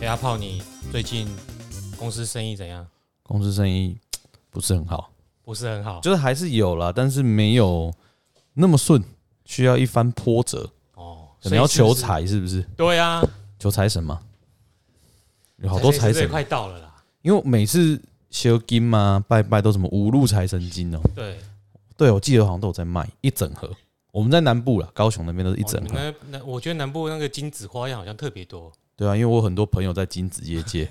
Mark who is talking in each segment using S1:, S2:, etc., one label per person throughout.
S1: 哎，阿炮，你最近公司生意怎样？
S2: 公司生意不是很好，
S1: 不是很好
S2: 就是还是有啦，但是没有那么顺，需要一番波折，
S1: 哦，
S2: 可能要
S1: 所以是不
S2: 求
S1: 是。
S2: 财是不是？
S1: 对啊，
S2: 求财神嘛，有好多财
S1: 这也
S2: 神，
S1: 快到了啦。
S2: 因为我每次修金嘛、拜拜都什么五路财神金哦、
S1: 对，
S2: 对，我记得好像都有在卖一整盒。我们在南部啦，高雄那边都是一整
S1: 哦你
S2: 盒。
S1: 们那那我觉得南部那个金子花样好像特别多。
S2: 对啊，因为我很多朋友在金子业界，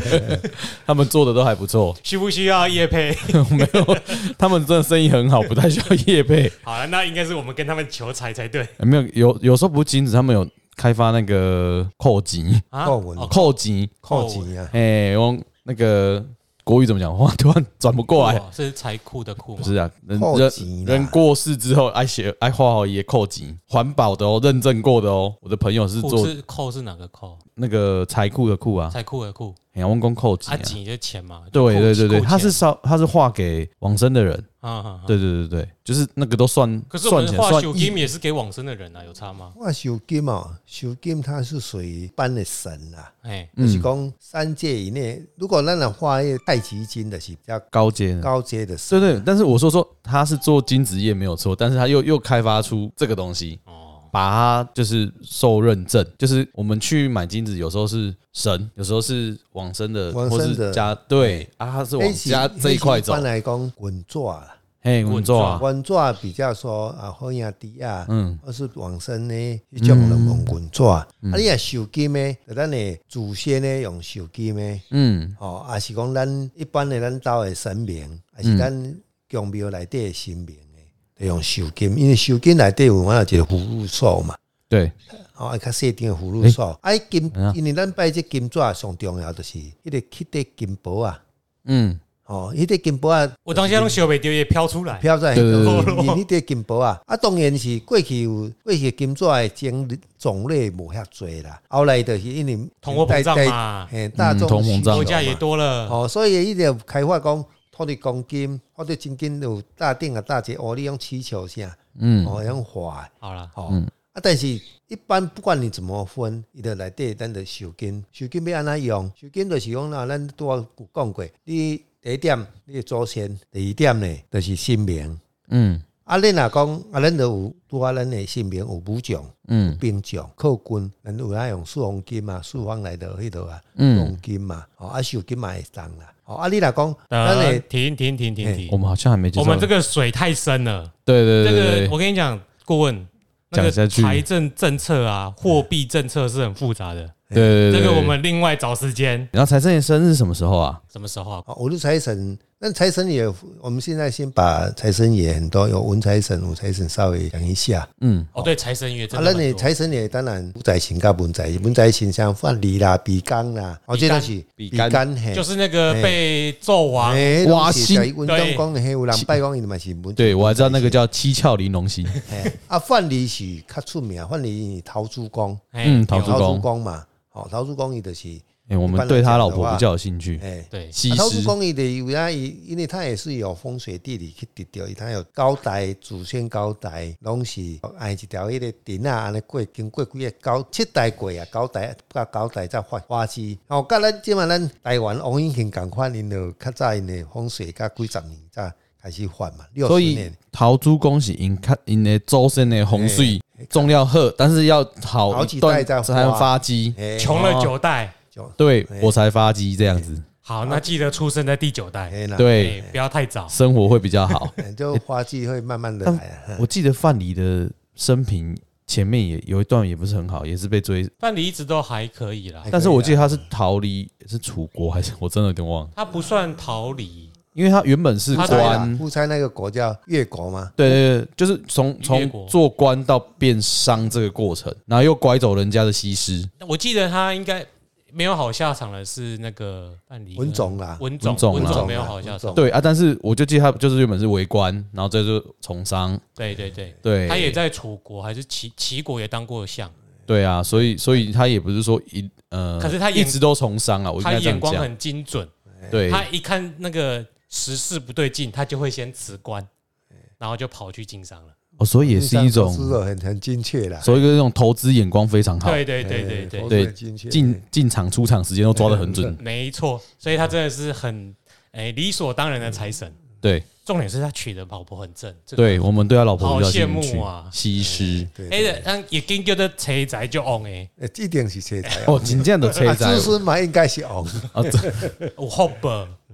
S2: 他们做的都还不错，
S1: 需不需要夜配？
S2: 没有，他们真的生意很好，不太需要业配。
S1: 好了，那应该是我们跟他们求财才对
S2: 欸没有，有有时候不是金子，他们有开发那个扣级，
S1: 啊。
S3: 扣文
S1: 哦
S2: 扣级，
S3: 扣紧啊，
S2: 哎、用那个国语怎么讲？话突然转不过来，
S1: 哇哦是财库的库
S2: 不
S1: 吗？
S2: 是啊，人
S3: 扣
S2: 人
S3: 级啦
S2: 人过世之后，爱写爱画好也扣级，环保的哦，认证过的哦。我的朋友是
S1: 库
S2: 做
S1: 是扣是哪个扣？
S2: 那个财库的库啊，
S1: 财库的库，
S2: 哎呀，用工扣级
S1: 啊，
S2: 啊。
S1: 几就是钱嘛。就
S2: 对
S1: 扣
S2: 对对对，
S1: 扣钱
S2: 他是烧，他是画给往生的人。
S1: 啊啊，啊。
S2: 对对对对，就是那个都算，
S1: 可是我
S2: 算
S1: 们
S2: 起来
S1: 画
S2: 算
S1: 修
S2: 义
S1: game 也是给往生的人啊，有差吗？
S3: 哇，修金哦，修金它是属于般的神啦、
S1: 哎，
S2: 嗯
S3: 就是讲三界以内，如果咱若画那个太极金的是比较
S2: 高阶的。
S3: 高阶的神，
S2: 对对，但是我说说他是做金子业没有错，但是他又又开发出这个东西，
S1: 哦，
S2: 把它就是受认证，就是我们去买金子，有时候是神，有时候是往生的，
S3: 往
S2: 或
S3: 生的
S2: 是家对啊，他是
S3: 那
S2: 往
S3: 是
S2: 家这一块走
S3: 那是一般。来讲滚座啦，
S2: 嘿，我们做啊，
S3: 滚座比较说啊，好兄弟啊，
S2: 嗯，
S3: 或是往生呢，迄种人用滚座、啊，你若修金呢，就咱的祖先呢用修金呢。
S2: 嗯
S3: 哦，也是讲咱一般的咱兜的神明，也
S2: 嗯
S3: 是咱宫庙内底的神明的，就用寿金，因为寿金内底有我有一个葫芦数嘛，
S2: 对，
S3: 哦，啊较细丁的葫芦数，啊伊金
S2: 嗯啊，
S3: 因为咱拜这金纸上重要就是迄个迄块金箔啊，
S2: 嗯，
S3: 哦，迄块金箔啊，
S1: 我当下用修尾丢也飘出来。
S3: 飘在
S2: 对 对
S1: 对对
S3: 迄块金箔啊，啊当然是过去有过去的金纸的种种类无遐多啦，后来就是因为
S1: 通货膨胀嘛
S3: 嘿，大
S2: 嗯
S3: 众
S2: 通货膨胀
S3: 需
S1: 国
S3: 求
S1: 家也
S3: 嘛
S1: 多了，
S3: 哦，所以伊就开发讲土地公金，或者真金有大顶啊大姐，哦，你用祈求啥，
S2: 嗯
S3: 哦，用画，
S1: 好了，
S3: 哦，啊，但是一般不管你怎么分，伊就内底咱就收金，收金要安怎用？收金就是讲啦，咱拄啊有讲过，你第一点，你的祖先，第二点呢，就是姓名。
S2: 嗯
S3: 啊，恁若讲啊，咱就有拄啊，咱的姓名有武将、
S2: 嗯
S3: 兵将、寇军，咱有啊用四方金嘛，四方来到迄度啊，
S2: 嗯，
S3: 黄金嘛，哦，啊，收金嘛会当啦。哦，啊，你若讲，咱
S1: 呃
S3: 的
S1: 停停停停
S3: 嘿
S2: 我
S1: 停，
S2: 们好像还没介绍，
S1: 我们这个水太深了。
S2: 对对
S1: 这
S2: 对对
S1: 个
S2: 对，
S1: 我跟你讲，顾问，那个
S2: 讲下去
S1: 财政政策啊，货币政策是很复杂的，
S2: 对对对，
S1: 这个
S2: 对
S1: 我。们另外找时间。
S2: 然后财神爷生日什么时候啊？
S1: 什么时候啊？
S3: 哦，我的财神，那财神也，我们现在先把财神也很多有文财神、武财神稍微讲一下。
S2: 嗯，
S1: 哦，对，财神爷
S3: 啊
S1: 真，的
S3: 那
S1: 很
S3: 你
S1: 多
S3: 财神也当然武财神跟文财，文财神像范蠡啦、比干啦，哦，这
S1: 比干
S3: 都是
S2: 比干
S3: 干嘿，
S1: 就是那个被纣王
S3: 哎，
S2: 哇
S3: 哇西
S2: 是
S3: 文章讲的嘿，有人拜讲的嘛是文。
S2: 对我还知道那个叫七窍玲珑 心，
S3: 嘿啊，范蠡是较出名，范蠡是陶朱公，
S1: 哎
S2: 嗯，陶朱
S3: 朱
S2: 公，
S3: 公嘛，哦，陶朱公伊就是
S2: 哎，我们对他老婆比较有兴趣，
S3: 哎。
S1: 对，
S2: 西
S3: 啊陶朱
S2: 施，
S3: 公伊的有啊，伊因为他也是有风水地理去得到，伊他有高台祖先高台，拢是按一条迄个顶啊，安尼过经过几个高七代过啊，高台甲高台再发花枝。哦，甲咱即嘛咱台湾王永庆共款，因就较早因的风水甲几十年才开始发嘛，六
S2: 所
S3: 十
S2: 以
S3: 年。
S2: 陶朱公是因看因的周身的洪水重要喝，但是要好
S3: 好
S2: 一
S3: 几
S2: 段
S3: 代再
S2: 才能
S3: 花
S2: 发迹，
S3: 哎，
S1: 穷了九代。
S3: 就
S2: 对我才发迹这样子，
S1: 好，那记得出生在第九代，
S3: 哎啦，
S2: 对
S1: 哎，不要太早。
S2: 生活会比较 好。
S3: 哎就花枝会慢慢的来啊。
S2: 我记得范蠡的生平前面也有一段也不是很好，也是被追，
S1: 范蠡一直都还可以啦
S3: 还可以，啊
S2: 但是我记得他是逃离是楚国还是我真的有点忘了，
S1: 他不算逃离，
S2: 因为他原本是
S1: 他
S3: 猜啦
S2: 官，
S3: 夫差那个国叫越国吗？
S2: 对对对，就是从
S1: 越
S2: 从
S1: 国
S2: 做官到变商这个过程，然后又拐走人家的西施，
S1: 我记得他应该没有好下场的是那个范蠡
S3: 文种啦，
S1: 文种
S2: 文种啊
S1: 文
S2: 文种
S1: 种
S2: 啊
S1: 没有好下场
S3: 文种。
S2: 对啊，但是我就记得他就是原本是为官，然后再就从商，
S1: 对对对，
S2: 对，
S1: 他也在楚国还是齐齐国也当过相，
S2: 对啊，所以所以他也不是说一呃，
S1: 可是他
S2: 一
S1: 眼
S2: 直都从商啊，我应
S1: 他
S2: 该这
S1: 眼
S2: 样
S1: 光
S2: 讲，
S1: 很精准，
S2: 对，
S1: 他一看那个时事不对劲，他就会先辞官，然后就跑去经商了。
S2: 哦，所以也是一种，
S3: 资
S2: 所
S3: 料很很精确啦，
S2: 以就是那种投资眼光非常好，
S1: 对对对对对
S3: 投，资
S2: 对
S3: 很精确，
S2: 进进场出场时间都抓得很准
S3: 嗯，
S1: 没错，所以他真的是很哎、理所当然的财神。
S2: 对
S1: 重点是他娶的老婆很正，这个
S2: 对，我们对他老婆比较兴
S1: 好羡
S2: 趣
S1: 慕啊，
S2: 西施
S3: 对
S1: 哎
S3: 对，
S1: 的，让也跟叫的车仔就 on 哎，
S3: 呃一定是车台
S2: 哦，真正的车
S3: 啊，
S2: 仔
S3: 子孙嘛应该是红，
S2: 啊，这
S1: 有 hope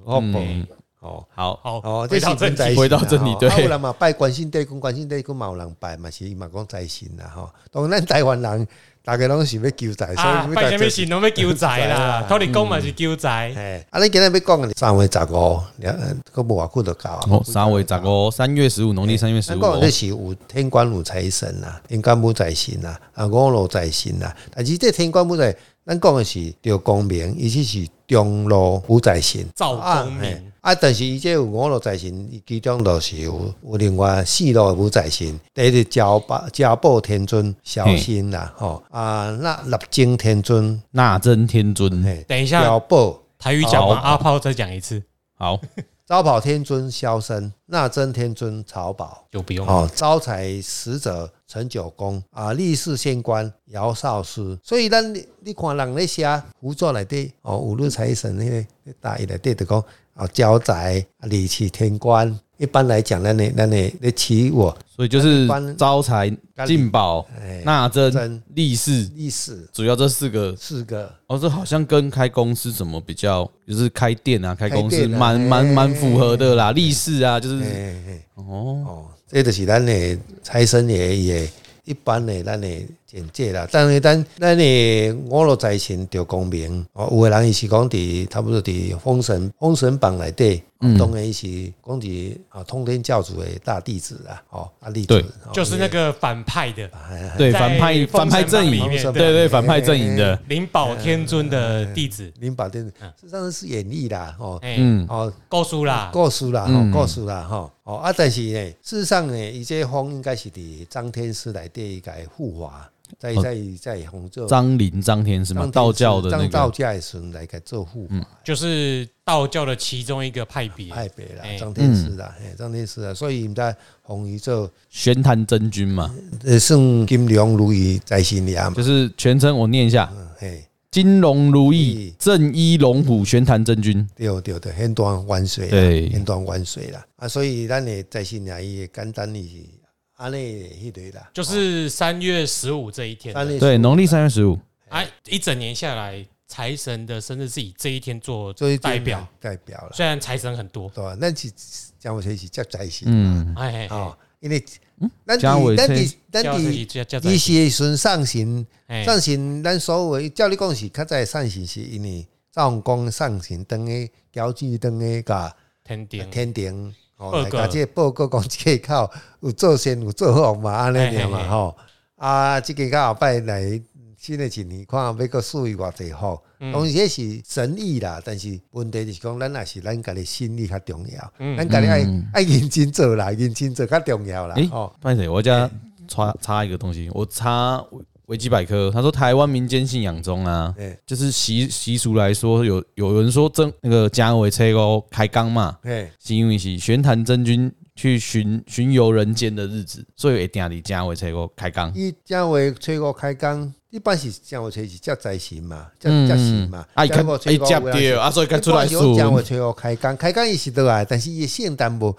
S3: 哦
S2: 嗯
S3: 哦
S2: 好，
S1: 好，
S3: 哦，
S1: 回
S3: 这
S1: 到
S3: 是
S1: 正
S3: 人
S1: 题
S3: 在，
S2: 回到正题对
S3: 啊有人嘛拜关心帝君，关心帝君嘛有人拜嘛，是伊嘛讲财神啦吼。当然咱台湾人大家拢是要求财，所以
S1: 啊，拜
S3: 大
S1: 什
S3: 家
S1: 么神拢要救灾啦，托你讲嘛是救灾，
S3: 哎，啊，咱今日要讲的三月十五，呃，个无偌久就到啊。
S2: 哦，三月十五，三月十五，农历三月十
S3: 咱
S2: 五，哦
S3: 讲的是有天官有财神啦，天官武财神啦，啊五路财神啦，但是这天官武财，咱讲的是赵公明，伊只是中路武财神。
S1: 赵公
S3: 啊嘿
S1: 哦明，
S3: 啊，但是伊这有五路财神，伊其中就是有有另外四路的武财神，第一是交宝交宝天尊小心啦，吼啊那立经天尊，
S2: 纳真天尊，
S3: 嘿，
S1: 等一下
S3: 交宝
S1: 台语讲
S2: 好
S1: 完，阿炮再讲一次
S2: 好，
S3: 招宝天尊萧生，那真天尊曹宝，
S1: 就不用了，
S3: 哦，招财使者陈九公啊，历世县官姚少师，所以咱你你看人咧写辅助内底哦，五路财神迄、那个大意内底就讲哦，招财啊，礼气天官。一般来讲，咱的咱的咧起我
S2: 所以就是招财、进宝、
S3: 哎，
S2: 纳真
S3: 真、
S2: 利市，
S3: 历史
S2: 主要这四个。
S3: 四个
S2: 哦，这好像跟开公司怎么比较，就是开店啊，开公司
S3: 开店啊
S2: 蛮蛮
S3: 哎
S2: 蛮符合的啦，利市啊，就
S3: 哎
S2: 是
S3: 哎
S2: 哦，
S3: 哦，这就是咱的财神爷也一般的咱的简介啦。当然，咱咱的五路财神赵公明，哦，有的人伊是讲伫差不多伫封神封神榜内底，哦
S2: 嗯
S3: 当然伊是讲伫啊通天教主的大弟子啦，哦，啊弟子
S2: 对
S3: 哦
S1: 就是那个反派的
S3: 哎
S2: 对，
S1: 在
S2: 反派
S1: 封神
S2: 反派阵
S1: 榜里
S2: 营，
S1: 面
S2: 对
S1: 对
S2: 对，反派阵营
S3: 哎
S2: 的，
S1: 灵宝天尊的弟子，
S3: 林宝
S1: 嗯
S3: 殿，实际上是演绎啦，哦
S1: 哎，
S2: 嗯，
S3: 哦，
S1: 够输啦，
S3: 故事啦，
S2: 嗯
S3: 吼，故事啦，吼，哦啊，但是呢，事实上呢，伊这风应该是伫张天师内底改护法，在
S2: 哦
S3: 在在红做
S2: 张林张天是
S3: 张
S2: 吗？
S3: 天师
S2: 道教的那
S3: 张道
S2: 个，嗯
S3: 教的时阵来改做护法，
S1: 就是道教的其中一个派别，
S3: 太白啦
S1: 哎，
S3: 张天师啦，
S2: 嗯
S3: 嘿，张天师啦，所以毋知红伊做
S2: 玄坛真君嘛，
S3: 呃算金龙如意在心里啊嘛
S2: 就，是全称我念一下：
S3: 嗯嘿，
S2: 金龙如意
S3: 嗯，
S2: 正一龙虎，玄坛真君。
S3: 对对对，很端玩水
S2: 对
S3: 啦，很端玩水啦，啊，所以咱的在心里伊简单伊是安尼迄类啦，
S1: 就是三月十五这一天的，
S3: 安尼
S2: 对，农历三月十五，
S1: 哎，一整年下来，财神的生日是以这一天做
S3: 所以
S1: 代表，
S3: 代表啦。
S1: 虽然财神很多，
S3: 对吧？啊咱是蒋伟才是接财神
S2: 嗯，
S1: 哎，
S3: 哦，因为咱
S2: 蒋伟
S3: 伫咱
S2: 才
S3: 伫咱
S1: 叫自己
S3: 伫
S1: 叫叫
S3: 伊是顺上神，
S1: 哎，
S3: 上神咱所谓照你讲是较早上神是因为赵王公上神当诶，交子当诶，甲
S1: 天顶，
S3: 天庭
S1: 报
S3: 哦，
S1: 告
S3: 来甲即个报告讲即个口有做善有做恶嘛，安尼
S1: 嘿嘿
S3: 尔嘛
S1: 嘿
S3: 吼。啊，即个到后摆来新诶一年，看要搁属于偌济吼。
S1: 嗯
S3: 当然这是神意啦，但是问题就是讲，咱也是咱家己心意较重要，
S1: 嗯
S3: 咱家己爱爱认真做啦，认真做较重要啦
S2: 诶。
S3: 吼，
S2: 不好意思，我
S3: 哎
S2: 家插插一个东西，我插维基百科，他说台湾民间信仰中啊，
S3: 诶
S2: 就是习习俗来说，有有人说真那个姜维车哦开缸嘛，
S3: 诶，
S2: 是因为是玄坛真君去巡巡游人间的日子，所以会定伫姜维车哦开缸。
S3: 伊正月初五开工，一般是正月初是接财神嘛，接
S2: 嗯
S3: 接神嘛，
S2: 啊，伊看
S3: 正月
S2: 伊接
S3: 有
S2: 到啊，所以看出来
S3: 我
S2: 数
S3: 有。讲我催我开工，开工伊是倒来，但是伊的圣诞无，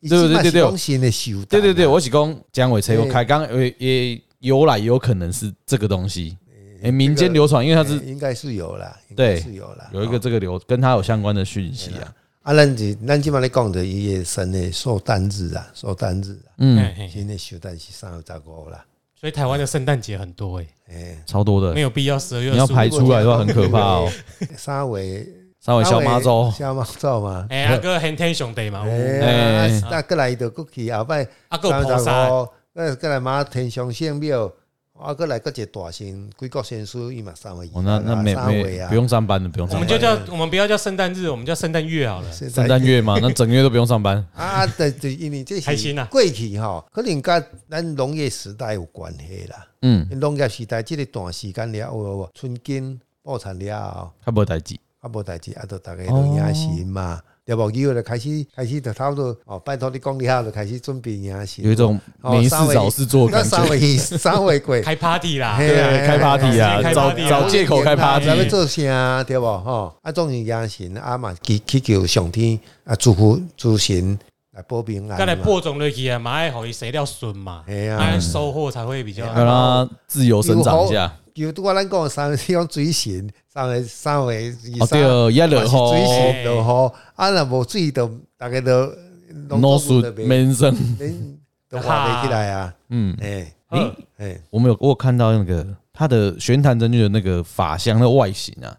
S3: 伊
S2: 对对
S3: 即摆
S2: 对对
S3: 是讲新的修，
S2: 对对对，我是讲姜维车哦开缸，也也由来有可能是这个东西，诶，民间流传，因为它
S3: 诶
S2: 是
S3: 应该是有啦，应
S2: 对
S3: 该是有啦，
S2: 有一个
S3: 哦
S2: 这个流跟它有相关的讯息啊。
S3: 啊，咱是咱即摆咧讲着伊的神的寿诞日啊，寿诞日啊，
S2: 嗯，
S1: 哎嘿
S3: 新的寿诞是三月十五啦，
S1: 所以台湾的圣诞节很多哎，
S3: 诶，
S2: 超多的
S1: 没，有必要十二月
S2: 你要
S1: 15
S2: 排出来的话很可怕哦。
S3: 三月
S2: 三尾小妈哦粥，
S3: 小马灶嘛，
S1: 哎，阿哥很天兄弟嘛，有
S3: 诶，
S2: 哎
S3: 啊那过来就过去后摆。
S1: 阿哥
S3: 三
S1: 菩萨，
S3: 五，呃，过来嘛天上圣庙，啊，过来个一个大仙，几国仙师伊嘛三位，
S2: 哦，那那没
S3: 三位
S2: 没
S3: 啊
S2: 不，用上班的，不用
S1: 我
S2: 上
S1: 们
S2: 班。
S1: 就叫我们不要叫圣诞日，我们叫圣诞月好了，
S3: 现在
S2: 圣诞月嘛，那整个月都不用上班。
S3: 啊，但就因为这
S1: 开心
S3: 是
S1: 啊
S3: 过去吼，可能甲咱农业时代有关系啦。
S2: 嗯，
S3: 农业时代即个段时间了后，有无春耕破产了后，
S2: 他不会代志。
S3: 啊无代志，啊，都逐个都野神嘛，对无？以后就开始开始就差不多哦，拜托你讲了就开始准备迎新
S2: 有一种哦没事找事做的
S3: 那
S2: 感
S3: 三
S2: 觉。
S3: 位三 位鬼，
S1: 开 party 啦，
S3: 嘿
S2: 对，
S3: 哎哎
S2: 开 party 啊
S1: 哎哎，
S2: 找
S1: 开 party 啊
S2: 找借口开
S3: 咱们
S2: party，
S3: 做啥对无吼？啊，总是迎神啊嘛，祈祈求上天啊，祝福诸神来保平安。
S1: 刚才，播种落去啊，嘛爱互伊洗了顺嘛，
S3: 哎呀哎
S1: 啊收获才会比较
S2: 让它自由生长一下。
S3: 有拄我咱讲的三位种水神，三位三位
S2: 哦，
S3: 三位
S2: 对，也落
S3: 水
S2: 雨，
S3: 神就好，啊，若无水就大家都
S2: 农术
S3: 就袂
S2: 民生。
S3: 免都画袂起来啊，
S2: 嗯，
S3: 哎
S1: 好
S3: 哎，
S2: 我们有我有看到那个它的玄坛真君的那个法香的外形啊，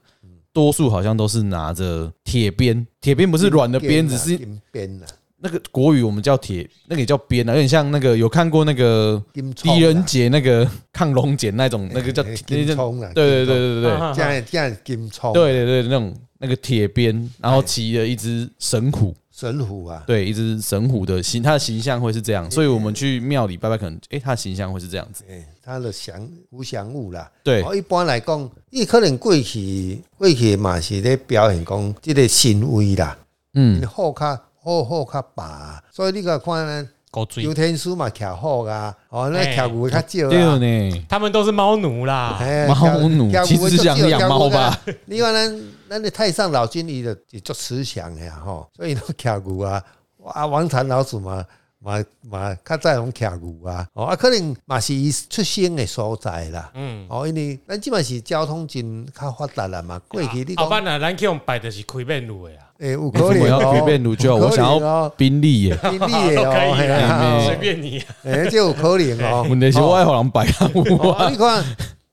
S2: 多数好像都是拿着铁鞭，铁鞭不
S3: 不
S2: 是软的鞭，啊只是
S3: 金鞭啊啦，
S2: 那个国语我们叫铁，那个也叫鞭啊，有点像那个有看过那个
S3: 金铳啦
S2: 狄仁杰那个抗龙锏那种，那个叫
S3: 哎
S2: 那
S3: 金
S2: 个叫
S3: 铳啦，
S2: 对对对对对
S1: 啊
S3: 这样这样金啊铳，
S2: 对对对，那种那个铁鞭，然后骑了一只神虎，
S3: 神虎啊，
S2: 对，一只神虎的形，它的形象会是这样，所以我们去庙里拜拜，可能诶，它的形象会是这样子，
S3: 哎，他的祥吉祥物啦。
S2: 对，
S3: 哦，一般来讲，伊可能过去过去嘛是咧表现讲即个神威啦，
S2: 嗯，
S3: 好较好好较拔，所以你个看呢，
S1: 狗追
S3: 周，天师嘛徛好啊，哦，那
S1: 哎
S3: 徛牛的较
S2: 对
S3: 少啊。
S2: 呢，
S1: 他们都是猫奴啦，
S3: 哎
S2: 猫奴
S3: 徛
S2: 其实是想养猫？
S3: 徛牛的较少徛牛
S2: 吧
S3: 的较啊你看咱咱的太上老君，伊就伊足慈祥的啊吼，所以都徛牛啊，啊，王禅老祖嘛嘛嘛较早拢徛牛啊，哦，啊，可能嘛是伊出生的所在啦。
S1: 嗯，
S3: 哦，因为咱即嘛是交通真较发达啦嘛，过去你
S1: 阿
S3: 讲
S1: 爸啊呐，咱去用摆的是开面路的啊，
S3: 诶、有
S2: 为
S3: 可
S2: 什
S3: 能
S2: 么要
S3: 哦
S2: 改变卢就
S3: 有
S2: 我
S3: 可
S2: 想
S3: 能
S2: 要
S3: 哦，
S2: 宾利耶，
S3: 你你 的
S1: 都可
S3: 哦，
S1: 以
S3: 嘿
S1: 啦，
S3: 啊
S1: 随便你啊，
S3: 诶，这有可能 哦。
S2: 我的是
S3: 哦
S2: 外行白啊，
S3: 哦啊
S2: 我
S3: 你看，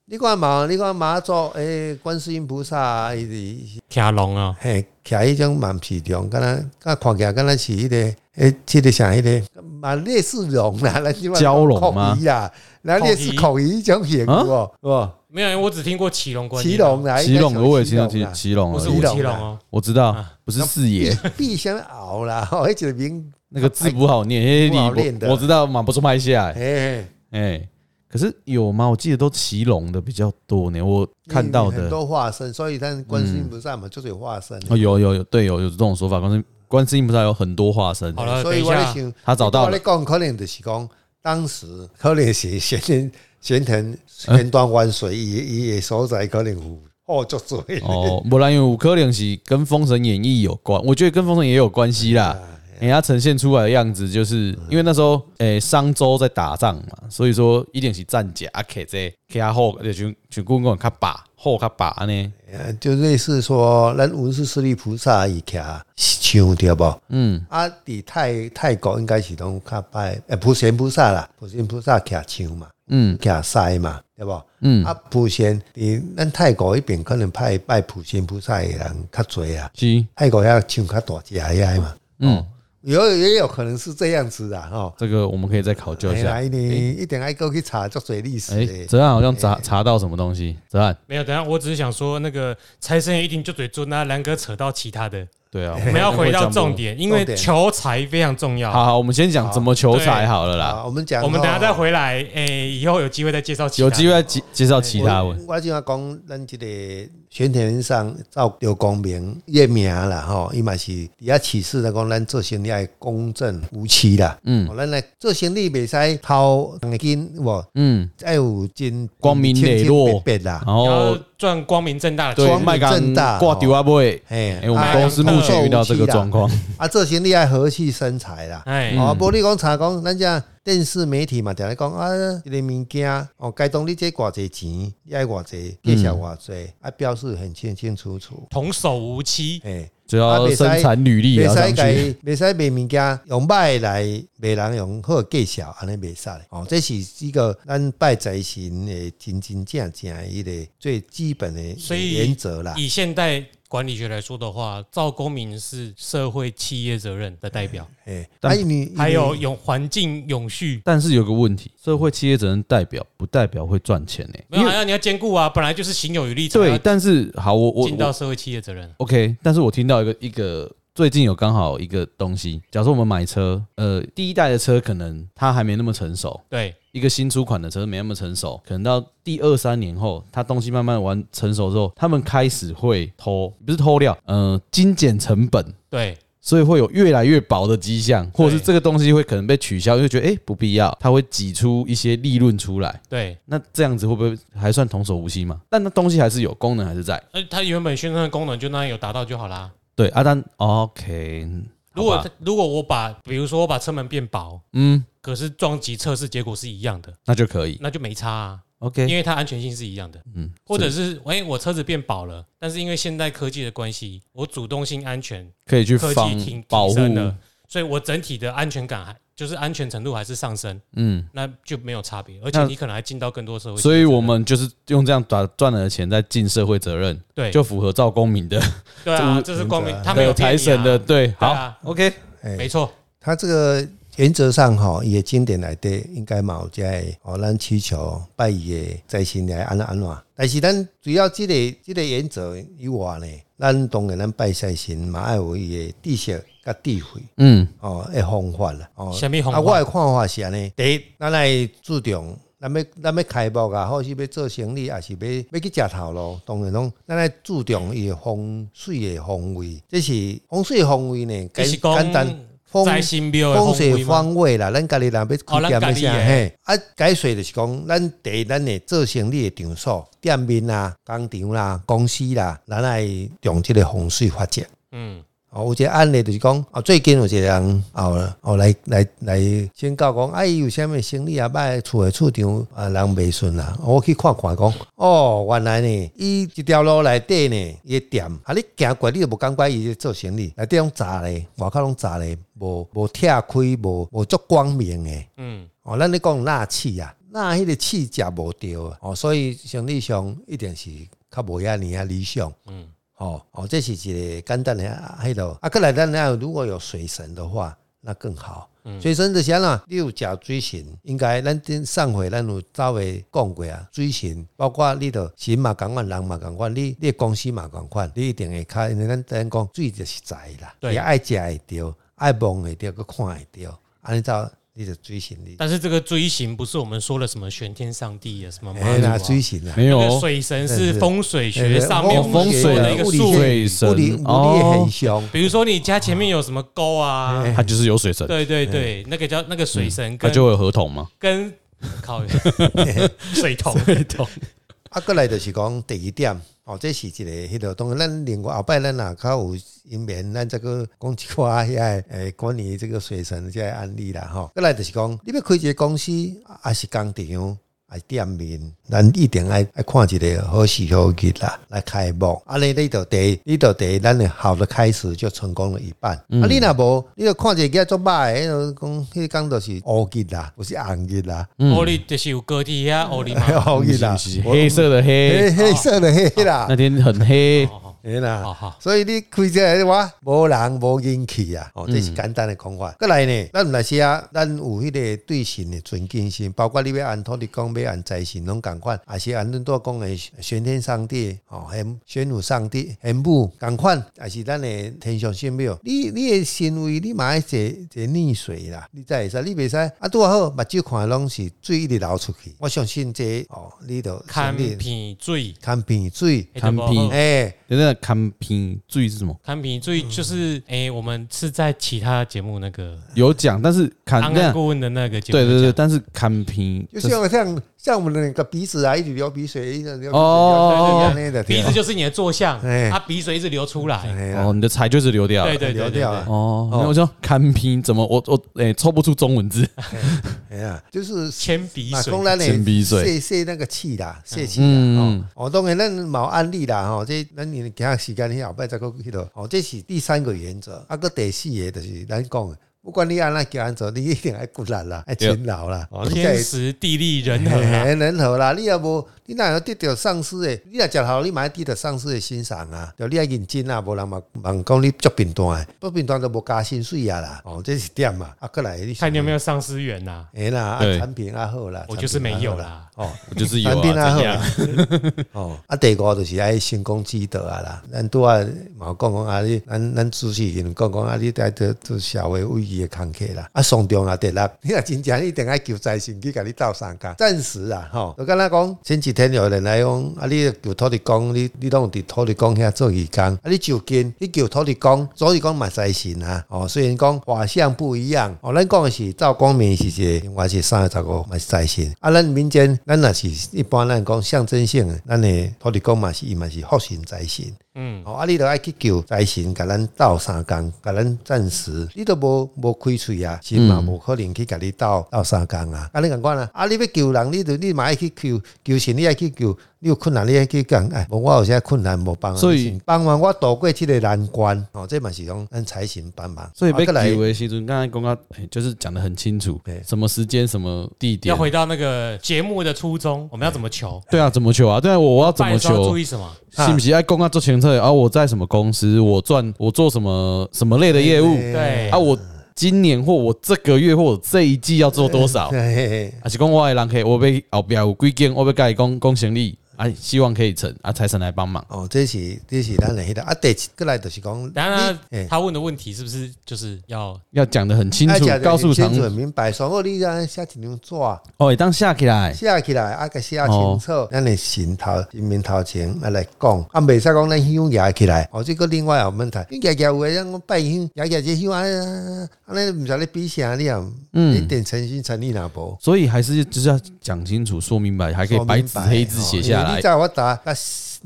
S3: 你看嘛，你看妈祖诶，观世音菩萨伊是
S1: 听龙啊，
S3: 嘿，徛迄种蛮市场，敢若敢看起来敢若是迄、个诶，即、个啥迄、个嘛类似龙啦，咱即嘛
S2: 蛟龙吗
S3: 孔鱼啦，咱类似
S1: 孔
S3: 孔鱼迄种形有无有无？
S1: 没有，我只听过骑龙观音
S3: 骑龙，啊啦，
S2: 骑龙，我也骑
S3: 骑啊
S2: 龙骑骑龙
S1: 不是
S2: 而
S1: 吴
S2: 已，
S1: 奇隆哦，
S2: 我知道，不是四爷，
S3: 必先熬啦，吼，迄一个名
S2: 那个字不好念，嘿
S3: 不好念
S2: 你
S3: 的
S2: 我我知道，马不是拍下来，
S3: 哎，
S2: 哎，可是有吗？我记得都骑龙的比较多呢，我看到
S3: 嗯很
S2: 的
S3: 多化身，所以但观世音菩萨嘛，就是有化身。
S2: 哦，有有有，对，有有这种说法，观世观世音菩萨有很多化身，
S1: 好了，
S3: 所
S1: 等
S3: 以
S1: 一
S3: 我在
S1: 下，
S3: 想，
S2: 他找
S3: 我
S2: 到
S3: 咧
S2: 了，
S3: 讲，可能就是讲，当时可能是玄天玄天玄端万水伊伊的所在，可能有哦，足多的。
S2: 哦，不然有可能是跟《封神演义》有关，我觉得跟《封神》也有关系啦。人家呈现出来的样子，就是因为那时候，诶、商周在打仗嘛，所以说一定是战甲啊，克这克啊后，就全全军人较把后较把呢，
S3: 呃就类似说，咱文殊师利菩萨伊徛像对不？
S2: 嗯，
S3: 啊，伫泰泰国应该是拢较拜，呃，普贤菩萨啦，普贤菩萨徛像嘛，
S2: 嗯
S3: 徛狮嘛，对不？
S2: 嗯，
S3: 啊，普贤，伫咱泰国迄边可能拜拜普贤菩萨的人较侪啊，
S2: 是，
S3: 泰国遐唱较大只遐嘛，
S2: 嗯，
S3: 有也有可能是这样子的吼。哎
S2: 这个我们可以再考究一下。
S3: 来你一定爱过去查足侪历史
S2: 啊哎、
S3: 的，
S2: 泽汉好像查查到什么东西，泽汉，
S1: 没有，等一下，我只是想说，那个财神爷一定就嘴尊啊，然哥扯到其他的，
S2: 对啊，
S1: 我们要回到
S2: 讲不
S1: 重。点，因为
S3: 重点
S1: 求财非常重要。
S2: 好好，我们先讲怎么求财好了啦，
S3: 啊，我们讲，
S1: 我们等一下再。回来，诶、以后有机会再介绍其他。
S2: 有机会再介介绍其他文。
S3: 我我就要讲咱这个玄天上照刘光明叶名啦吼，伊嘛是伫遐启示来讲，咱做生意爱公正无欺啦。
S2: 嗯
S3: 哦，咱来做生意袂使偷人的金，有无
S2: 嗯，
S3: 爱有真
S2: 光明磊落哦
S3: 清清白白啦
S2: 然。
S1: 要
S2: 后
S1: 赚光明正大的哦
S2: 对
S1: 钱。
S3: 光明
S2: 麦港
S3: 正大
S2: 挂丢啊不会，
S3: 哎
S2: 哎，我们公司目前遇到这个状况，
S3: 啊，做生意爱和气生财啦。
S1: 哎、
S2: 嗯
S3: 哦，无你讲查讲，咱遮电视媒体嘛，定咧讲啊，一个物件哦，该当你这偌济钱，你爱偌济，介绍偌济，啊，标示很清清楚楚。
S1: 童叟无欺，
S3: 诶，
S2: 就要生产履
S1: 啊
S2: 历啊也
S3: 袂
S2: 要
S3: 使
S2: 上
S3: 该
S2: 去。
S3: 袂使卖物件用歹来卖人用好的介绍，安尼袂使。哦，这是一个咱拜财神的真真正正的一个最基本的
S1: 所以
S3: 原则
S2: 啊
S3: 啦。
S1: 以现代管理学来说的话，赵公民是社会企业责任的代
S2: 哎
S1: 表，
S3: 诶，
S2: 但
S3: 啊，你
S1: 还有永环境永续，
S2: 但是有个问题，社会企业责任代表不代表会赚钱呢？
S1: 没有，还要你要兼顾啊，本来就是行有余力，才
S2: 对，
S1: 要
S2: 但是好，我我
S1: 尽到社会企业责任。
S2: OK，但是我听到一个一个最近有刚好一个东西，假如说我们买车，呃，第一代的车可能它还没那么成熟，
S1: 对，
S2: 一个新出款的车没那么成熟，可能到第二三年后，它东西慢慢完成熟之后，他们开始会偷，不是偷掉，呃，精简成本。
S1: 对，
S2: 所以会有越来越薄的迹象，或者是这个东西会可能被取消，就觉得哎、诶不必要，它会挤出一些利润出来。
S1: 对，
S2: 那这样子会不会还算童叟无欺嘛？但那东西还是有功能，还是在。
S1: 那它原本宣传的功能就那样有达到就好啦。
S2: 对，阿、啊、丹，OK，
S1: 如果
S2: 好吧
S1: 它如果我把，比如说我把车门变薄，
S2: 嗯，
S1: 可是撞击测试结果是一样的，
S2: 那就可以
S1: 那就没差啊，因
S2: OK，
S1: 为它安全性是一样的。
S2: 嗯，
S1: 或者
S2: 是
S1: 是，哎、我车子变薄了，但是因为现代科技的关系，我主动性安全
S2: 可以去
S1: 科
S2: 防
S1: 技提
S2: 保
S1: 提
S2: 护，
S1: 升了，所以我整体的安全感还就是安全程度还是上升，
S2: 嗯，
S1: 那就没有差别，而且
S2: 那
S1: 你可能还尽到更多社会责任。
S2: 所以我们就是用这样打赚了的钱在尽社会责任，
S1: 对
S2: 就符合赵公民的呃
S1: 对啊，这是光明
S3: 原则，啊
S1: 他没有骗你
S2: 财
S1: 啊
S2: 神的，对，
S1: 对
S2: 好
S1: 啊，
S2: ，OK，
S3: 哎
S1: 没错，
S3: 他这个原则上吼，伊的经典内底应该嘛有遮个哦，咱祈求拜伊的哦在心来安怎安怎。但是咱主要即、个即、这个原则以外呢，咱当然咱拜赛神嘛，爱有伊的知识甲智慧
S2: 嗯，
S3: 哦，诶方法啦哦。
S1: 什么方法
S3: 啊，我的看法是安尼，第一，咱来注重。咱要咱要开幕啊，或是要做生意，还是要要去食头路，当然拢咱来注重伊的风水的方位，这是风水的方位呢，
S1: 就
S3: 简
S1: 是讲
S3: 简单风
S1: 在新庙的
S3: 风
S1: 风
S3: 水
S1: 水吗？
S3: 方位啦，咱家己人要开店
S1: 咱
S3: 要
S1: 家己的
S3: 啥嘿？啊，解水就是讲，咱第一咱的做生意的场所、店面啦、工厂啦、公司啦，咱来用即个风水发展。
S1: 嗯，
S3: 哦，有一个案例就是讲，哦，最近有一个人哦哦来来来先告讲，啊，伊有啥物生意啊，歹厝的厝场啊，人袂顺啦。哦我去看看讲，哦，原来呢，伊一条路内底呢，伊的店啊，你行过你都无感觉伊在做生意，内底拢炸咧，外口拢炸咧，无无拆开，无无足光明诶。
S1: 嗯，
S3: 哦，咱咧讲纳气啊，纳迄个气食无着啊，哦，所以生理上一定是较无遐尼啊理想。
S1: 嗯，
S3: 哦哦，这是一个简单的啊迄落啊，过来咱要如果有水神的话，那更好。
S1: 嗯
S3: 水神就是安啦，你有食水神，应该咱顶上回咱有早回讲过啊，水神包括你的神嘛共款，人嘛共款，你你的公司嘛共款，你一定会较，因为咱咱讲水就是财啦，
S1: 对
S3: 你爱食会着，爱望会着，佮看会着，安尼照你就水神你，
S1: 但是这个追行不是我们说了什么玄天上帝啊，什么妈
S3: 哎
S1: 祖啊
S3: 啦，水哎神啦。
S2: 没有
S1: 那个
S2: 哦
S1: 水神
S3: 对
S1: 是
S3: 对
S1: 风水学上面
S2: 哦
S1: 我们
S2: 风
S1: 说
S2: 水
S1: 的一个
S3: 啊物
S1: 术
S3: 理
S1: 语，
S2: 水神
S3: 物理物理
S2: 哦
S3: 很凶，
S1: 比如说你家前面有什么沟啊，
S3: 哎
S2: 它就是有水神，
S1: 对对对，那个叫那个水神
S2: 它
S1: 跟
S2: 嗯就会有合同嘛，
S1: 跟靠 水桶水桶，
S3: 啊，过来就是讲第二点，哦，这是一个迄落，当然咱另外后摆咱若较有因缘，咱再个 讲一寡遐的诶关于这个水神这个案例啦，吼、过来就是讲，你要开一个公司，还是工厂。还是店面，咱一定爱爱看一个好时好日啦，来开幕。啊，你你就第一，你就第一，咱的好的开始就成功了一半。
S2: 嗯
S3: 啊，你若无，你就看一个做歹的，那就讲迄工就是乌日啦，不是红日啦，
S2: 嗯
S1: 玻璃哦就是有高铁
S3: 嗯
S1: 啊，玻璃 嘛。
S3: 黑日啦
S2: 是是，黑色的黑
S3: 黑，黑色的黑 啦
S2: 那，天很黑，
S1: 哦好
S3: 哎啦，
S1: 好，
S3: 所以你开这个话，无人无人气啊！哦，这
S1: 嗯
S3: 是简单的讲法。过来呢，咱毋来写，咱有迄个对神的尊敬心，包括你要按土地公，要按财神拢共款，也是按恁多讲的玄天上帝哦，玄玄武上帝、玄武共款，也是咱的天上圣庙。你你的行为，你嘛要坐坐溺水啦，你才会使，你袂使啊，拄好目睭看的拢是水一直流出去。我相信这哦，你都
S1: 看片水，
S3: 看片水，
S2: 看片
S1: 哎
S3: 哎。
S2: 那个看品注意是什么？
S1: 看片
S3: 嗯
S1: 水就是哎，我们是在其他节目那个
S2: 有讲，但是砍
S1: 安
S2: 啊那
S1: 安
S2: 样，
S1: 顾问的那个节目
S2: 对
S1: 讲，
S2: 对对，但是砍品
S3: 就像像像我们那个鼻子啊，一直流鼻水，一直流鼻水，
S2: 哦
S3: 那的
S1: 鼻子就是你的坐相，
S3: 哎
S1: 它鼻水一直流出来，
S3: 哎呀
S2: 哦，，你的财就是流掉了
S1: 对。对对
S3: 流
S1: 对
S3: 掉了
S1: 对，
S2: 哦，那我说看拼怎么我我诶抽不出中文字，
S3: 哎呀，就是
S1: 铅笔
S3: 马
S1: 水
S3: 公来
S2: 沁鼻水
S3: 泄泄那个气啦，泄气啦。
S2: 嗯
S3: 哦，哦，当然咱冇案例啦，吼，这咱你给他时间，你后摆再过去咯。哦，这是第三个原则，啊个第四个就是咱讲的，不管你安那叫安做，你一定爱骨力啦，爱勤劳啦，哦，你才
S1: 天
S3: 会
S1: 时地利人 和啊，
S3: 嘿人和啦，你若无，你若有得到上司的，你若食好，你嘛要得到上司的欣赏啊，就你爱认真啊，无人嘛人讲你足平淡的，不平淡就无加薪水啊啦，哦，这是点嘛，啊，过来你
S1: 看你有没有丧尸缘呐。
S3: 哎啦，啊
S2: 对
S3: 产品啊好啦，
S1: 我就是没有啦，
S3: 哦。
S2: 我就是有
S3: 产品
S2: 啊，
S3: 啊
S2: 怎
S3: 好
S2: 样
S3: 啦，哦， 啊第五就是爱成功之道啊啦，咱拄啊嘛有讲讲啊，你咱咱主持人讲讲啊，你在做做社会委义的工课啦。啊，上中啊，第六， 你若真正一定爱求财神去甲你斗相共。暂时啊，吼，就敢若讲前几天有人来讲，啊，你求土地公，你你拢有伫土地公遐做义工，啊，你就近，你求土地公，所以讲嘛财神啊。哦，虽然讲画像不一样，哦，咱讲的是赵光明是一个，我是三十五嘛是财神。啊，咱民间咱若是一般咱讲象征性的，咱的土地公嘛是伊嘛是福神财神。
S1: 嗯，
S3: 哦，啊，你都爱去救财神，甲咱斗相共，甲咱暂时，你都无无开喙啊，是嘛？
S2: 嗯
S3: 无可能去甲你斗斗相共啊！啊，你共款啊！啊，你要救人，你就你嘛爱去救救神，你爱去救，你有困难你爱去讲，哎，无我有啥困难无帮啊，
S2: 所以
S3: 神帮忙我度过即个难关，哦，这嘛是讲咱财神帮忙，
S2: 所以被
S3: 啊再来
S2: 救的时阵，刚才公告就是讲的很清楚
S3: 对，
S2: 什么时间、什么地点
S1: 要，回到那个节目的初衷，我们要怎么求？
S2: 对啊，怎么求啊？对啊，我
S3: 哎
S2: 我要怎
S1: 拜
S2: 么
S1: 的时候要
S2: 求
S1: 注？意什么？
S2: 是不是要公告做前测？啊，我在什么公司？我赚我做什么什么类的业务？
S1: 对
S2: 啊，我今年或我这个月或我这一季要做多少？
S3: 嘿嘿嘿
S2: 还是讲我的人客，我要后壁有几间，我要甲伊讲讲行李，啊，希望可以成啊，财神来帮忙。
S3: 哦，这是这是咱的迄个啊，第一过来就是讲，
S1: 然后
S3: 你嘿
S1: 他问的问题是不是就是要
S2: 要讲的很清
S3: 啊
S2: 楚
S3: 吃得，
S2: 告诉
S3: 很
S2: 长
S3: 清楚很明白，所以你啊写一张纸。
S2: 哦，会当下起来，
S3: 写起来啊，甲写清
S2: 哦
S3: 楚，咱的神头、人民头前啊来讲，啊，袂使讲咱香夹起来。哦，这个另外有问题，你夹夹有诶，咱讲拜香，夹夹这香啊，啊，咱毋知咧比啥你啊，
S2: 嗯
S3: 一点诚心诚意若无。
S2: 所以还是就是要讲清楚、说明白，还可以白纸黑字写下
S3: 哦因为
S2: 来
S3: 你。在我打，甲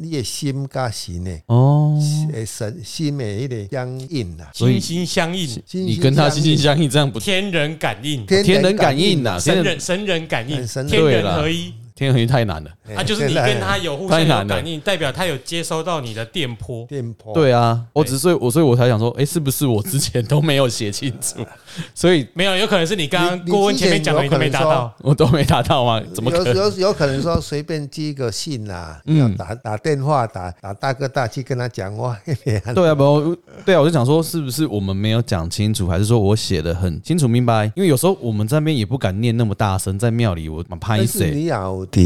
S3: 你的心甲神呢，
S2: 哦，
S3: 诶神心的迄个啊相应啦。
S2: 所以
S1: 心心相印、
S3: 心
S2: 你跟他心心相印，这样不
S1: 天人感应、
S2: 天人感应啊
S3: 啊
S2: 呐？天
S1: 神
S2: 人
S1: 人神人感应、
S3: 哎神人哎
S1: 天
S2: 对
S1: 人
S2: 啦
S1: 合一？
S2: 天人太难了。
S3: 嘿
S1: 啊，就是你
S3: 天
S1: 跟
S3: 人
S1: 他有互
S2: 太
S1: 相
S2: 难
S1: 有
S2: 了
S1: 感应，代表他有接收到你的电波。
S3: 电波。
S2: 对啊，我只是我，所以我才想说，哎，是不是我之前都没有写清楚，所以
S1: 没有，有可能是你刚
S3: 你
S1: 刚
S3: 你
S1: 郭文前面讲的，
S3: 之
S1: 你都没
S3: 前有可能
S1: 达到。
S2: 我都没达到吗？怎么可
S3: 有
S2: 能？
S3: 有有可能说随便寄一个信啦、
S2: 嗯
S3: 嗯，打打电话打打大哥大去跟他讲话，
S2: 对啊，不，对啊，我就想说，是不是我们没有讲清楚，还是说我写的很清楚明白？因为有时候我们这边也不敢念那么大声，在庙里我蛮怕
S3: 但是
S2: 谁
S3: 你也有伫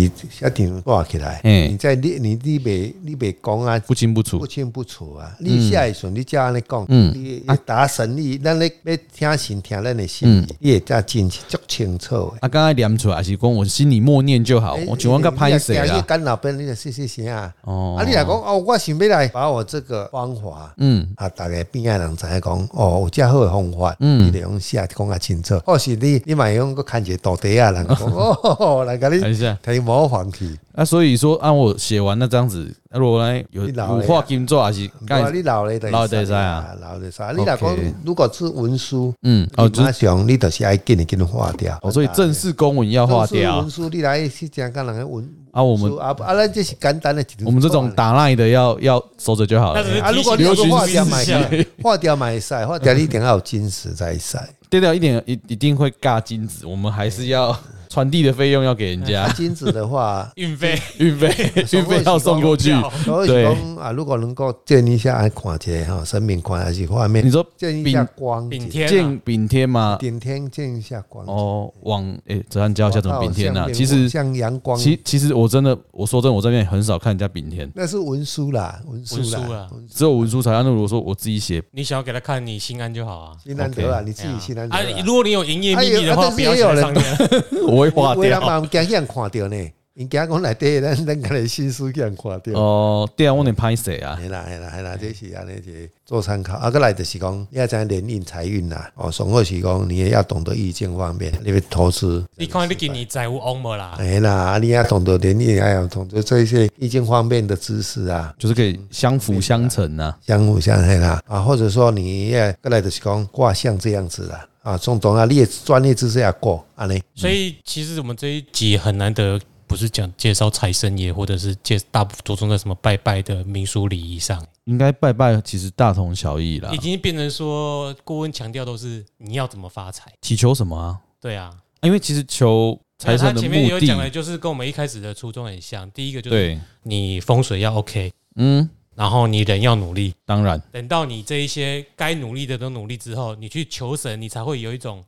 S3: 一定挂起来，
S2: 嘿
S3: 你在你你你袂你袂讲啊，
S2: 不清不楚
S3: 不。清不楚啊。你下一阵你才安尼讲，
S2: 嗯
S3: 你
S2: 啊
S3: 打神意，咱咧要听神听咱的心意，你会才真是足清楚的。
S2: 啊，刚才念出来还是讲我心里默念就好，我请问个拍谁
S3: 你若
S2: 啦
S3: 走去？干老板，你就谢谢谢啊。
S2: 哦
S3: 啊，你若讲哦，我想要来把我这个方法，
S2: 嗯，
S3: 啊，大家边仔人知影讲，哦，有遮好诶方法，
S2: 嗯
S3: 嗯，你就用写讲较清楚。或是你你嘛会用个牵一个徒弟啊，人 讲哦，人甲
S2: 等
S3: 你
S2: 一下，
S3: 提模仿去，
S2: 啊，所以说按我写完那这样子，啊如果来有
S3: 你老
S2: 五
S3: 了呀
S2: 话金做还是
S3: 啊，
S2: 干？
S3: 你老咧
S2: 老
S3: 就
S2: 就会知啊
S3: 啊，老就会知啊。你若
S2: OK
S3: 讲如果是文书，
S2: 嗯，哦，
S3: 哦，
S2: 就
S3: 马
S2: 是
S3: 上你就是爱紧你紧划掉。啊
S2: 哦，所以正式公文要划
S3: 正式
S2: 掉
S3: 文书，你来去讲甲人诶文
S2: 啊。我们
S3: 书啊啊，咱这是简单的一段
S2: 我们这种打赖的要要守着就好
S1: 那
S2: 了
S1: 只。是
S3: 啊，如果你
S1: 提
S3: 有
S1: 醒
S3: 个
S1: 注
S3: 划
S1: 意
S3: 掉
S1: 事
S3: 买
S1: 项，
S3: 划掉买晒，划掉你一定要有矜持在 晒。
S2: 对掉一点一一定会尬金子，我们还是要传递的费用要给人家。
S3: 矜持的话，
S1: 运费
S2: 运费
S3: 哎
S2: 运费要送过去。
S3: 所以是讲啊，如果能够建立一下看一下哈，生命观还是画面
S2: 你，说
S3: 建立一下 光
S1: 顶
S3: 景，
S1: 天啊
S2: 见丙天吗？
S3: 顶天建立一下光景。
S2: 哦，往诶，泽汉教一下怎么丙天
S3: 呢
S2: 啊？？其实
S3: 像嗯阳光，
S2: 其其实我真的，我说真的，我这边也很少看人家丙天，
S3: 那是文书啦，文书
S1: 文书
S3: 啦
S1: 啊，
S2: 只有文书才那如果说我自己写，
S1: 你想要给他看，你心安就好啊。
S3: 新南德啊，你自己新南德
S1: 啊，如果你有营业秘密的
S3: 哎
S1: 话，
S3: 呦啊但是
S1: 不要写在上面。
S2: 我会划
S3: 为了
S2: 掉。
S3: 嘛，惊人看到呢，因惊讲内底咱咱家的新书惊人看到。
S2: 哦，对啊，我能拍谁啊？
S3: 系啦系啦系啦，这是安尼一个做参考。啊，个来就是讲，你要知道连运财运啦，哦，上好是讲你也要懂得易经方面，你要投资。
S1: 你看你给你债务 on 没啦？
S3: 哎啦，你要懂得连你也要懂得这些易经方面的知识啊，
S2: 就是可以相辅相成啊。
S3: 相互相爱啦啊，或者说你也过来就是讲卦象这样子啦啊，从懂啊，你的专业知识也够安尼。
S1: 所以其实我们这一集很难得，不是讲介绍财神爷，或者是介大部着重在什么拜拜的民俗礼仪上，
S2: 应该拜拜其实大同小异啦
S1: 已。经变成说郭文强调都是你要怎么发财。
S2: 祈求什么啊？
S1: 对啊，
S2: 因为其实求财神
S1: 他
S2: 的
S1: 前面
S2: 目
S1: 有讲的
S2: 的，
S1: 就是跟我们一开始的初衷很像。第一个就是
S2: 对，
S1: 你风水要 OK，
S2: 嗯，
S1: 然后你人要努力。
S2: 当然，
S1: 等到你这一些该努力的都努力之后，你去求神，你才会有一种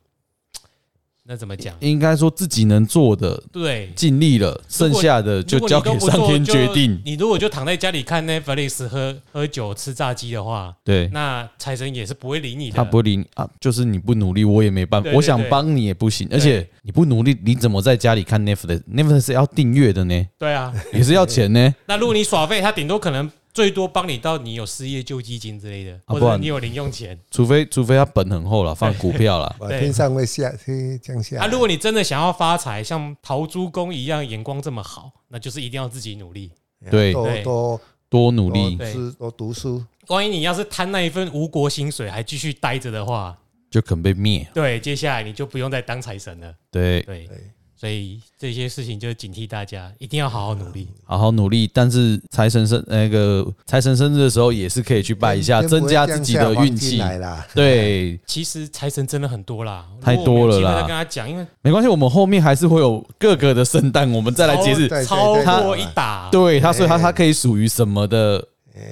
S1: 那怎么讲？
S2: 应该说自己能做的
S1: 对，
S2: 尽力了，剩下的就交给上天决定。
S1: 你如果就躺在家里看 Netflix 喝喝酒吃炸鸡的话，
S2: 对，
S1: 那财神也是不会理你的。
S2: 他不会理你啊，就是你不努力，我也没办法
S1: 对。对
S2: 我想帮你也不行，而且你不努力，你怎么在家里看 Netflix？Netflix 是要订阅的呢，
S1: 对啊，
S2: 也是要钱呢。
S1: 那如果你耍废，他顶多可能最多帮你到你有失业救济金之类的，
S2: 啊
S1: 或
S2: 不
S1: 者
S2: 然
S1: 你有零用钱。
S2: 除非除非他本很厚了，放股票啦。
S3: 哇
S1: 对
S3: 天上会下天降下哎
S1: 啊，
S3: 来。
S1: 如果你真的想要发财，像陶朱公一样眼光这么好，那就是一定要自己努力。
S2: 对
S3: 多
S1: 对
S3: 多
S2: 多努力
S1: 对
S3: 多多读书，
S1: 万一你要是贪那一份无国薪水还继续待着的话，
S2: 就可能被灭。
S1: 对，接下来你就不用再当财神了。
S2: 对，
S1: 对
S3: 对，
S1: 所以这些事情就警惕大家，一定要好好努力。
S2: 好好努力。但是财神生那个财神生日的时候，也是可以去拜一下，
S3: 天不
S2: 增
S3: 会
S2: 加
S3: 降
S2: 自己
S3: 下
S2: 的
S3: 黄
S2: 运
S3: 金
S2: 气。
S3: 来啦。
S2: 对，
S1: 其实财神真的很多啦，
S2: 太多
S1: 如果
S2: 了啦
S1: 我们有机会再跟他讲，因为
S2: 没关系，我们后面还是会有各个的圣诞，我们再来解释。
S3: 对对
S1: 超
S3: 对
S1: 过一打。
S2: 对它，所以它它可以属于什么的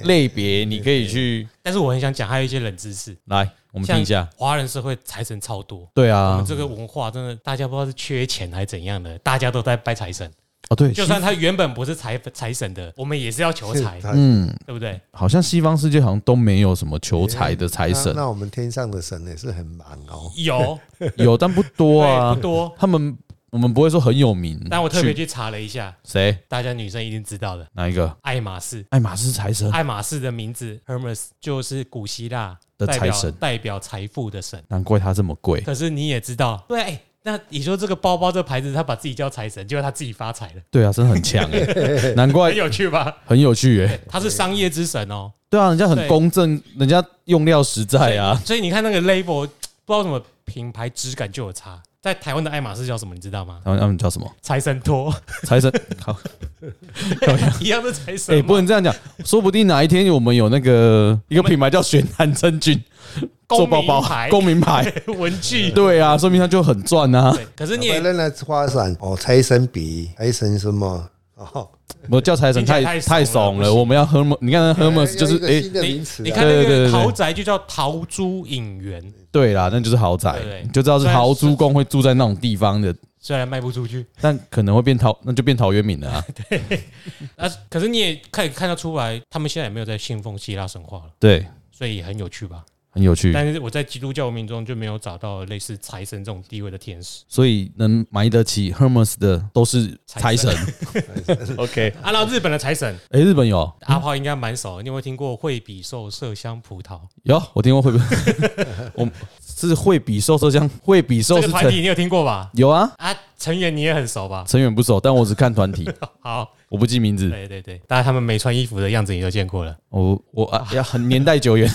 S2: 类别，你可以去
S1: 但是我很想讲，还有一些冷知识，
S2: 来，我们听
S1: 像
S2: 一下。
S1: 华人社会财神超多。
S2: 对
S1: 我
S2: 啊
S1: 们，这个文化真的，大家不知道是缺钱还是怎样的，大家都在拜财 神。
S2: 哦对，
S1: 就算他原本不是财财神的，我们也是要求
S3: 是
S1: 财，
S3: 他
S2: 嗯，
S1: 对不对？
S2: 好像西方世界好像都没有什么求财的财神
S3: 啊那，那我们天上的神也是很忙哦。
S1: 有，
S2: 有但不多
S1: 对，
S2: 啊
S1: 不。多。
S2: 他们我们不会说很有名。
S1: 但我特别
S2: 去
S1: 去查了一下，
S2: 谁
S1: 大家女生一定知道的，
S2: 哪一个？
S1: 爱马仕。
S2: 爱马仕财神
S1: 爱马仕的名字 Hermes 就是古希腊
S2: 的
S1: 代表
S2: 财神
S1: 代表财富的神。
S2: 难怪它这么贵。
S1: 可是你也知道，对，哎那你说这个包包这牌子，他把自己叫财神，结果他自己发财了，
S2: 对啊，真的很强 哎，难怪
S1: 很有趣吧？
S2: 很有趣哎。
S1: 他是商业之神哦。
S2: 对啊，人家很
S1: 对
S2: 公正，人家用料实在啊。
S1: 所以你看那个 label，不知道什么品牌质感就有差。在台湾的爱马仕叫什么，你知道吗？
S2: 他们他们叫什么？
S1: 财神托，
S2: 财神好。
S1: 一样的财神
S2: 哎、
S1: 嘛。
S2: 不能这样讲，说不定哪一天我们有那个一个品牌叫选南真菌做包
S1: 公民
S2: 包
S1: 牌
S2: 公民牌，
S1: 文具。
S2: 对啊，说明它就很赚啊。
S1: 对，可是你
S3: 那
S1: 也
S3: 人来花伞哦，财神笔，财神什么哦？
S2: 我叫财神
S1: 听起来
S2: 太
S1: 太
S2: 太
S1: 怂了
S2: 怂
S1: 不
S2: 了，
S1: 行
S2: 我们要 Hermes，你看那 Hermes 就是
S3: 要
S2: 哎、
S3: 一个新的
S1: 你
S3: 名词啊，
S1: 你看
S2: 对
S1: 那
S2: 对
S1: 个
S2: 对对
S1: 豪宅就叫陶朱隐园，
S2: 对啦，那就是豪宅
S1: 对，
S2: 你就知道是豪猪公会住在那种地方的，
S1: 虽然卖不出 去，
S2: 但可能会变陶，那就变陶渊明了 啊。
S1: 啊，可是你也可以看得出来，他们现在也没有在信奉希腊神话了，
S2: 对，
S1: 所以也很有趣吧？
S2: 很有趣。
S1: 但是我在基督教文明中就没有找到类似财神这种地位的天使
S2: 所以能买得起 Hermes 的都是财神。OK，
S1: 啊。那日本的财神
S2: 哎、日本有
S1: 阿炮应该蛮熟的，你有没有听过惠比寿麝香葡萄
S2: 有，我听过惠比， 我是惠比寿麝香，惠比寿
S1: 这
S2: 是
S1: 个团
S2: 成
S1: 体？你有听过吧？
S2: 有啊，
S1: 啊，成员你也很熟吧？
S2: 成员不熟，但我只看团 体，
S1: 好，
S2: 我不记名字。
S1: 对对对，当然他们没穿衣服的样子你都见过了。
S2: 我我啊，要很年代 久远。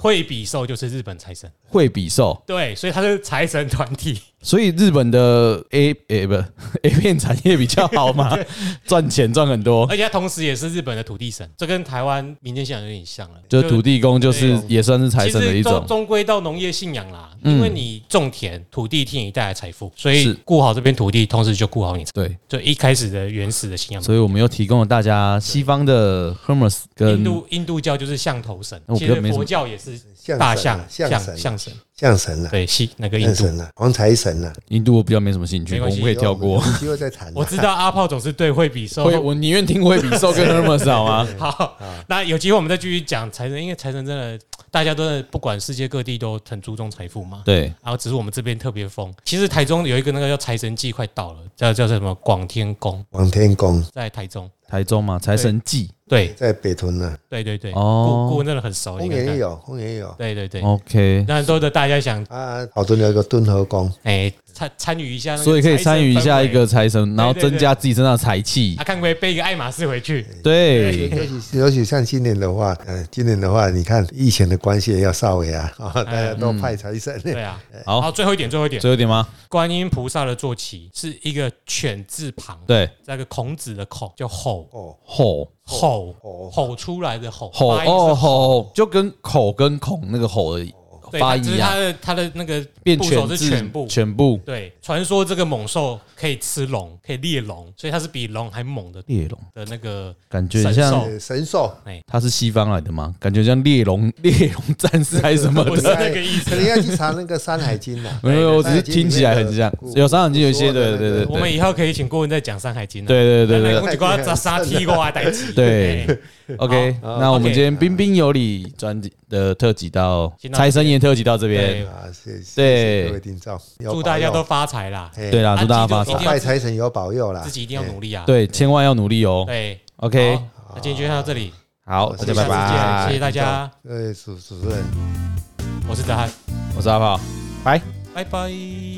S1: 惠比寿就是日本财神，
S2: 惠比寿，
S1: 对，所以他是财神团 体。
S2: 所以日本的 A 诶、不 A 片产业比较好 嘛，赚钱赚很多。
S1: 而且他同时也是日本的土地神，这跟台湾民间信仰有点像了，
S2: 就是土地公，就是也算是财
S1: 其
S2: 神的
S1: 实
S2: 一
S1: 终
S2: 种。嗯
S1: 终归到农业信仰啦，因为你种田，土地替你带来财富，所以
S2: 是
S1: 顾好这片土地，同时就顾好你，
S2: 对，
S1: 就一开始的原始的信仰。
S2: 所以我们又提供了大家西方的 Hermes
S1: 印
S2: 跟
S1: 度印度教就是象头神
S2: 那，我
S1: 其
S2: 觉得
S1: 实
S2: 嗯哦没什么
S1: 佛教也是
S3: 象
S1: 大
S3: 神
S1: 象
S3: 啊象
S1: 象
S3: 神
S1: 象神，
S3: 象神啊了，
S1: 对，西那个印
S3: 象
S1: 度。
S3: 神了，黄财神了，
S2: 印度我比较没什么兴趣，
S1: 没
S2: 我
S1: 关系
S2: 们可以跳
S3: 有
S2: 过。
S3: 有机会再谈啊。
S1: 我知道阿炮总是对惠比寿
S2: 会，我宁愿听惠比寿跟 Hermes 好吗？
S1: 好，
S3: 啊
S1: 那有机会我们再继续讲财神，因为财神真的，大家都是不管世界各地都很注重财富嘛。
S2: 对，
S1: 然后只是我们这边特别疯。其实台中有一个那个叫财神祭快到了，叫叫什么广天宫，
S3: 王天公
S1: 在台中。
S2: 台中嘛，财神祭。
S1: 对
S3: 在北屯呢，
S1: 对对对，
S2: 哦
S1: 顾顾问真的很熟，
S3: 公
S1: 你看
S3: 园也
S1: 看。
S3: 有，公园也有
S1: 对对对，
S2: OK，
S1: 那都的大家想
S3: 啊，好多有一个敦和宫，
S1: 哎参参与一下那个财神氛
S2: 所
S1: 围，
S2: 以可以参与一下一个财神，然后
S1: 对对
S2: 增加自己身上的财气
S1: 啊，。看可以背一个爱马仕回去。
S2: 对，
S3: 尤其尤其像今年的话，呃，今年的话，你看疫情的关系也要稍微啊， 啊，大家都派财神，
S1: 哎对啊，
S2: 好
S1: 好，最后一点，最后一点，
S2: 最后一点吗？
S1: 观音菩萨的坐骑是一个犬字旁，
S2: 对，
S1: 那个孔子的孔叫吼
S3: 哦，
S2: 吼
S1: 吼
S3: 吼
S1: 吼出来的吼，
S2: 吼
S1: 发音是
S2: 哦吼，就跟口跟孔那个吼的
S1: 对
S2: 发
S1: 它只
S2: 一
S1: 是
S2: 啊
S1: 它，的它的那个
S2: 变
S1: 部首
S2: 犬
S1: 是
S2: 字
S1: 全部。
S2: 全部
S1: 对，传说这个猛兽可以吃龙，可以猎龙，所以它是比龙还猛的
S2: 猎龙，
S1: 的那个
S2: 感觉
S1: 神
S2: 很
S1: 兽
S2: 像
S3: 呃神兽，
S2: 他是西方来的吗？感觉像猎龙猎龙战士还是什么
S1: 不是
S2: 的。
S1: 那个意思
S3: 可能要去查那个《山海经》啊了。
S2: 没有，我只
S3: 山海
S2: 是
S3: 经
S2: 听起来很像
S3: 里面，的
S2: 有《山海经》有一些，对对对
S1: 我们
S2: 对
S1: 以后可以请顾问再讲《山海经》啊。
S2: 对对对对
S1: 我只光砸沙踢过啊，代志。
S2: 对
S1: 哎，
S2: OK，
S1: 好
S2: 那我们
S1: OK 呃
S2: 今天彬彬有礼专辑的特辑到
S1: 先到这边
S2: 财神爷特辑到这边
S1: 对，
S3: 啊，谢谢
S2: 对
S3: 谢各位听众，有
S1: 哎祝大家
S3: 保
S1: 都
S3: 佑
S1: 发财啦，
S3: 嘿
S2: 对啦，
S1: 啊
S2: 祝大家发
S1: 记住
S2: 财
S3: 我，
S1: 一定要
S3: 拜财神有保佑啦，
S1: 自己一定要努力啊。
S2: 对，千万要努力哦。
S1: 对
S2: OK，
S1: 好那今天就到这里，
S2: 好，
S3: 好
S2: 大
S1: 我
S2: 家
S1: 们
S2: 拜
S1: 下次见谢
S2: 拜
S1: 谢，大家，
S3: 嘿。呃，主主持人。
S1: 我是子涵，
S2: 我是阿炮，拜。
S1: 拜拜。